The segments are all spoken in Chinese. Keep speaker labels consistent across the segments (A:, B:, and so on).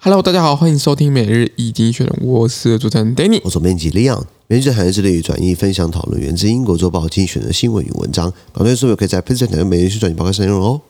A: Hello，大家好，欢迎收听每日易经选人，我是主持人 Danny。
B: 我总编辑 Leon，每日在海外致力于转译、分享、讨论源自英国《周报》精选的新闻与文章。团队是不可以在 p r e s e n t 每日新转译报告上内容哦。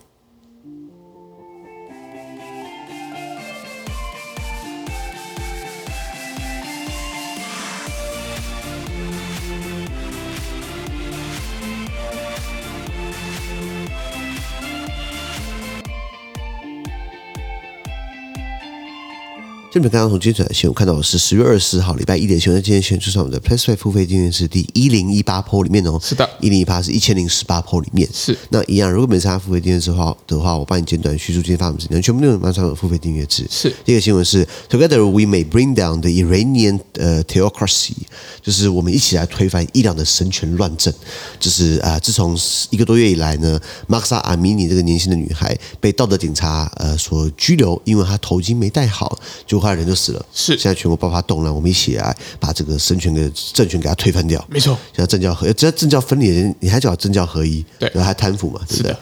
B: 这边刚刚从今天的新闻看到的是十月二十四号礼拜一的新闻，那今天选出上我们的 Plus Pay 付费订阅是第一零一八 PO 里面哦，
A: 是的
B: 一零一八是一千零十八 PO 里面
A: 是
B: 那一样，如果本身他付费订阅制的话的话，我帮你简短叙述今天发生的事情，全部内容搬上我的付费订阅制。
A: 是
B: 第一个新闻是 Together we may bring down the Iranian 呃 theocracy，就是我们一起来推翻伊朗的神权乱政。就是啊、呃自从一个多月以来呢 m a x a Amini 这个年轻的女孩被道德警察呃所拘留，因为她头巾没戴好，结果她人就死了。
A: 是
B: 现在全国爆发动乱，我们一起来把这个神权的政权给它推翻掉。
A: 没错
B: 现在政教合，只要政教分离的人，你还叫政教合一，
A: 对
B: 然后还贪腐嘛，对不
A: 是
B: 对
A: 的？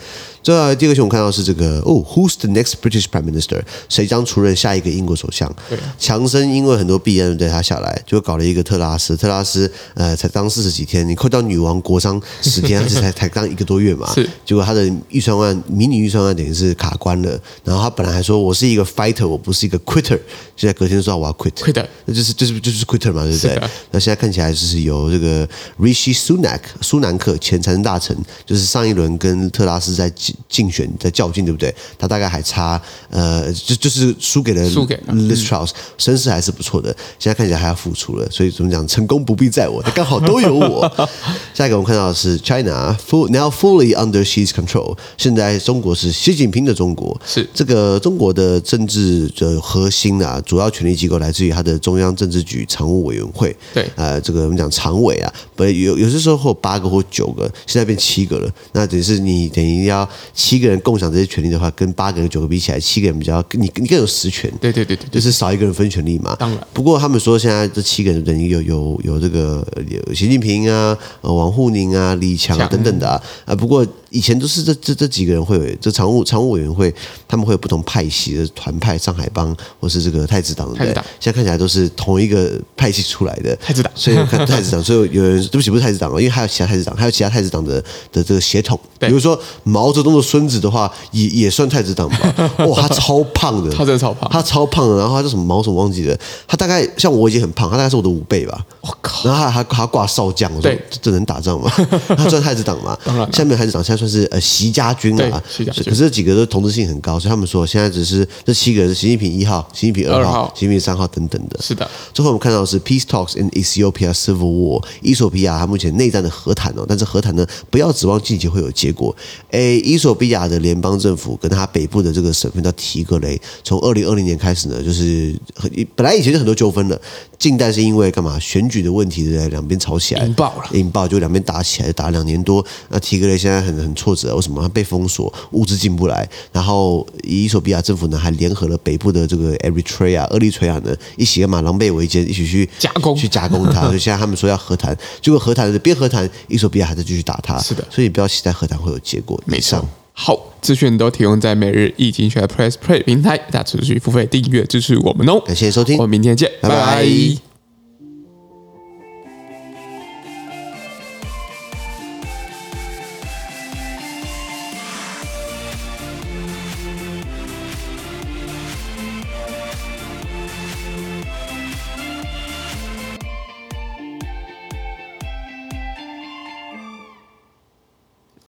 B: 这第二个新闻我看到是这个哦，Who's the next British Prime Minister？谁将出任下一个英国首相？强生因为很多弊案对他下来，就搞了一个特拉斯。特拉斯呃才当四十几天，你扣掉女王国商时间，他 才才当一个多月嘛。
A: 是
B: 结果他的预算案迷你预算案等于是卡关了。然后他本来还说我是一个 fighter，我不是一个 quitter，现在隔天就说我要 quit。
A: Quit
B: 那就是就是就是 quitter 嘛，对不
A: 是
B: 对
A: 的？
B: 那现在看起来就是由这个 Rishi Sunak 苏南克前财政大臣，就是上一轮跟特拉斯在竞竞选在较劲，对不对？他大概还差呃，就就是输给了
A: 输给了
B: Liz Truss，声势还是不错的。现在看起来还要复出了，所以怎么讲，成功不必在我，刚好都 有我。下一个我们看到的是 China full now fully under Xi's control，现在中国是习近平的中国，
A: 是
B: 这个中国的政治的核心啊，主要权力机构来自于它的中央政治局常务委员会。
A: 对
B: 呃，这个我们讲常委啊，本来有有些时候会有八个或九个，现在变七个了。那等于是你等于要七个人共享这些权利的话，跟八个人、九个比起来，七个人比较你你更有实权。
A: 对对对对
B: 就
A: 对，
B: 是少一个人分权力嘛。
A: 当然
B: 不过他们说现在这七个人等于有有有这个有习近平啊、呃王沪宁啊、李强啊
A: 强
B: 等等的啊。啊不过以前都是这这这几个人会有这常务常务委员会，他们会有不同派系的团派，上海帮或是这个太子党，对
A: 太
B: 不
A: 子
B: 对
A: 党？
B: 现在看起来都是同一个派系出来的。
A: 太子党
B: 所以看太子党，所以有人对不起，不是太子党了，因为还有其他太子党，还有其他太子党的的这个血统，
A: 对
B: 比如说毛泽东的孙子的话，也也算太子党吧。 哇、他超胖的，
A: 他真的超胖
B: 他超胖的，然后他叫什么毛什么忘记了，他大概像我已经很胖，他大概是我的五倍吧。
A: 我靠，
B: 然后他还还挂少将，我说
A: 对
B: 这这能 打仗吗？他算太子党嘛，
A: 当然了
B: 下面太子党现在算是呃习家军
A: 对
B: 啊，
A: 习家军
B: 可是这几个都同质性很高，所以他们说现在只是这七个人，习近平一号、习近平二
A: 二
B: 号
A: 号、
B: 习近平三号等等的。
A: 是的，
B: 最后我们看到的是 peace talks in Ethiopia civil war，伊索比亚它目前内战的和谈哦，但是和谈呢，不要指望近期会有结果。诶，伊索比亚的联邦政府跟它北部的这个省份叫提格雷，从二零二零年开始呢，就是很本来以前就很多纠纷了，近代是因为干嘛选举的问题，对不对？两边吵起来，
A: 引爆了
B: 引爆就两边打起来，打了两年多。呃那提格雷现在很很挫折，为什么？他被封锁，物资进不来。然后伊索比亚政府呢，还联合了北部的这个 Eritrea 厄立垂亚呢，一起干嘛狼狈为奸，一起去
A: 加工
B: 去加工它。所以现在他们说要和谈，结果和谈的边和谈，伊索比亚还在继续打他。
A: 是的
B: 所以你不要期待和谈会有结果。
A: 没
B: 以上
A: 错。好，资讯都提供在每日易经学 Press Play 平台，大家持续付费订阅支持我们哦。
B: 感谢收听
A: 我们明天见，
B: 拜拜
A: 拜拜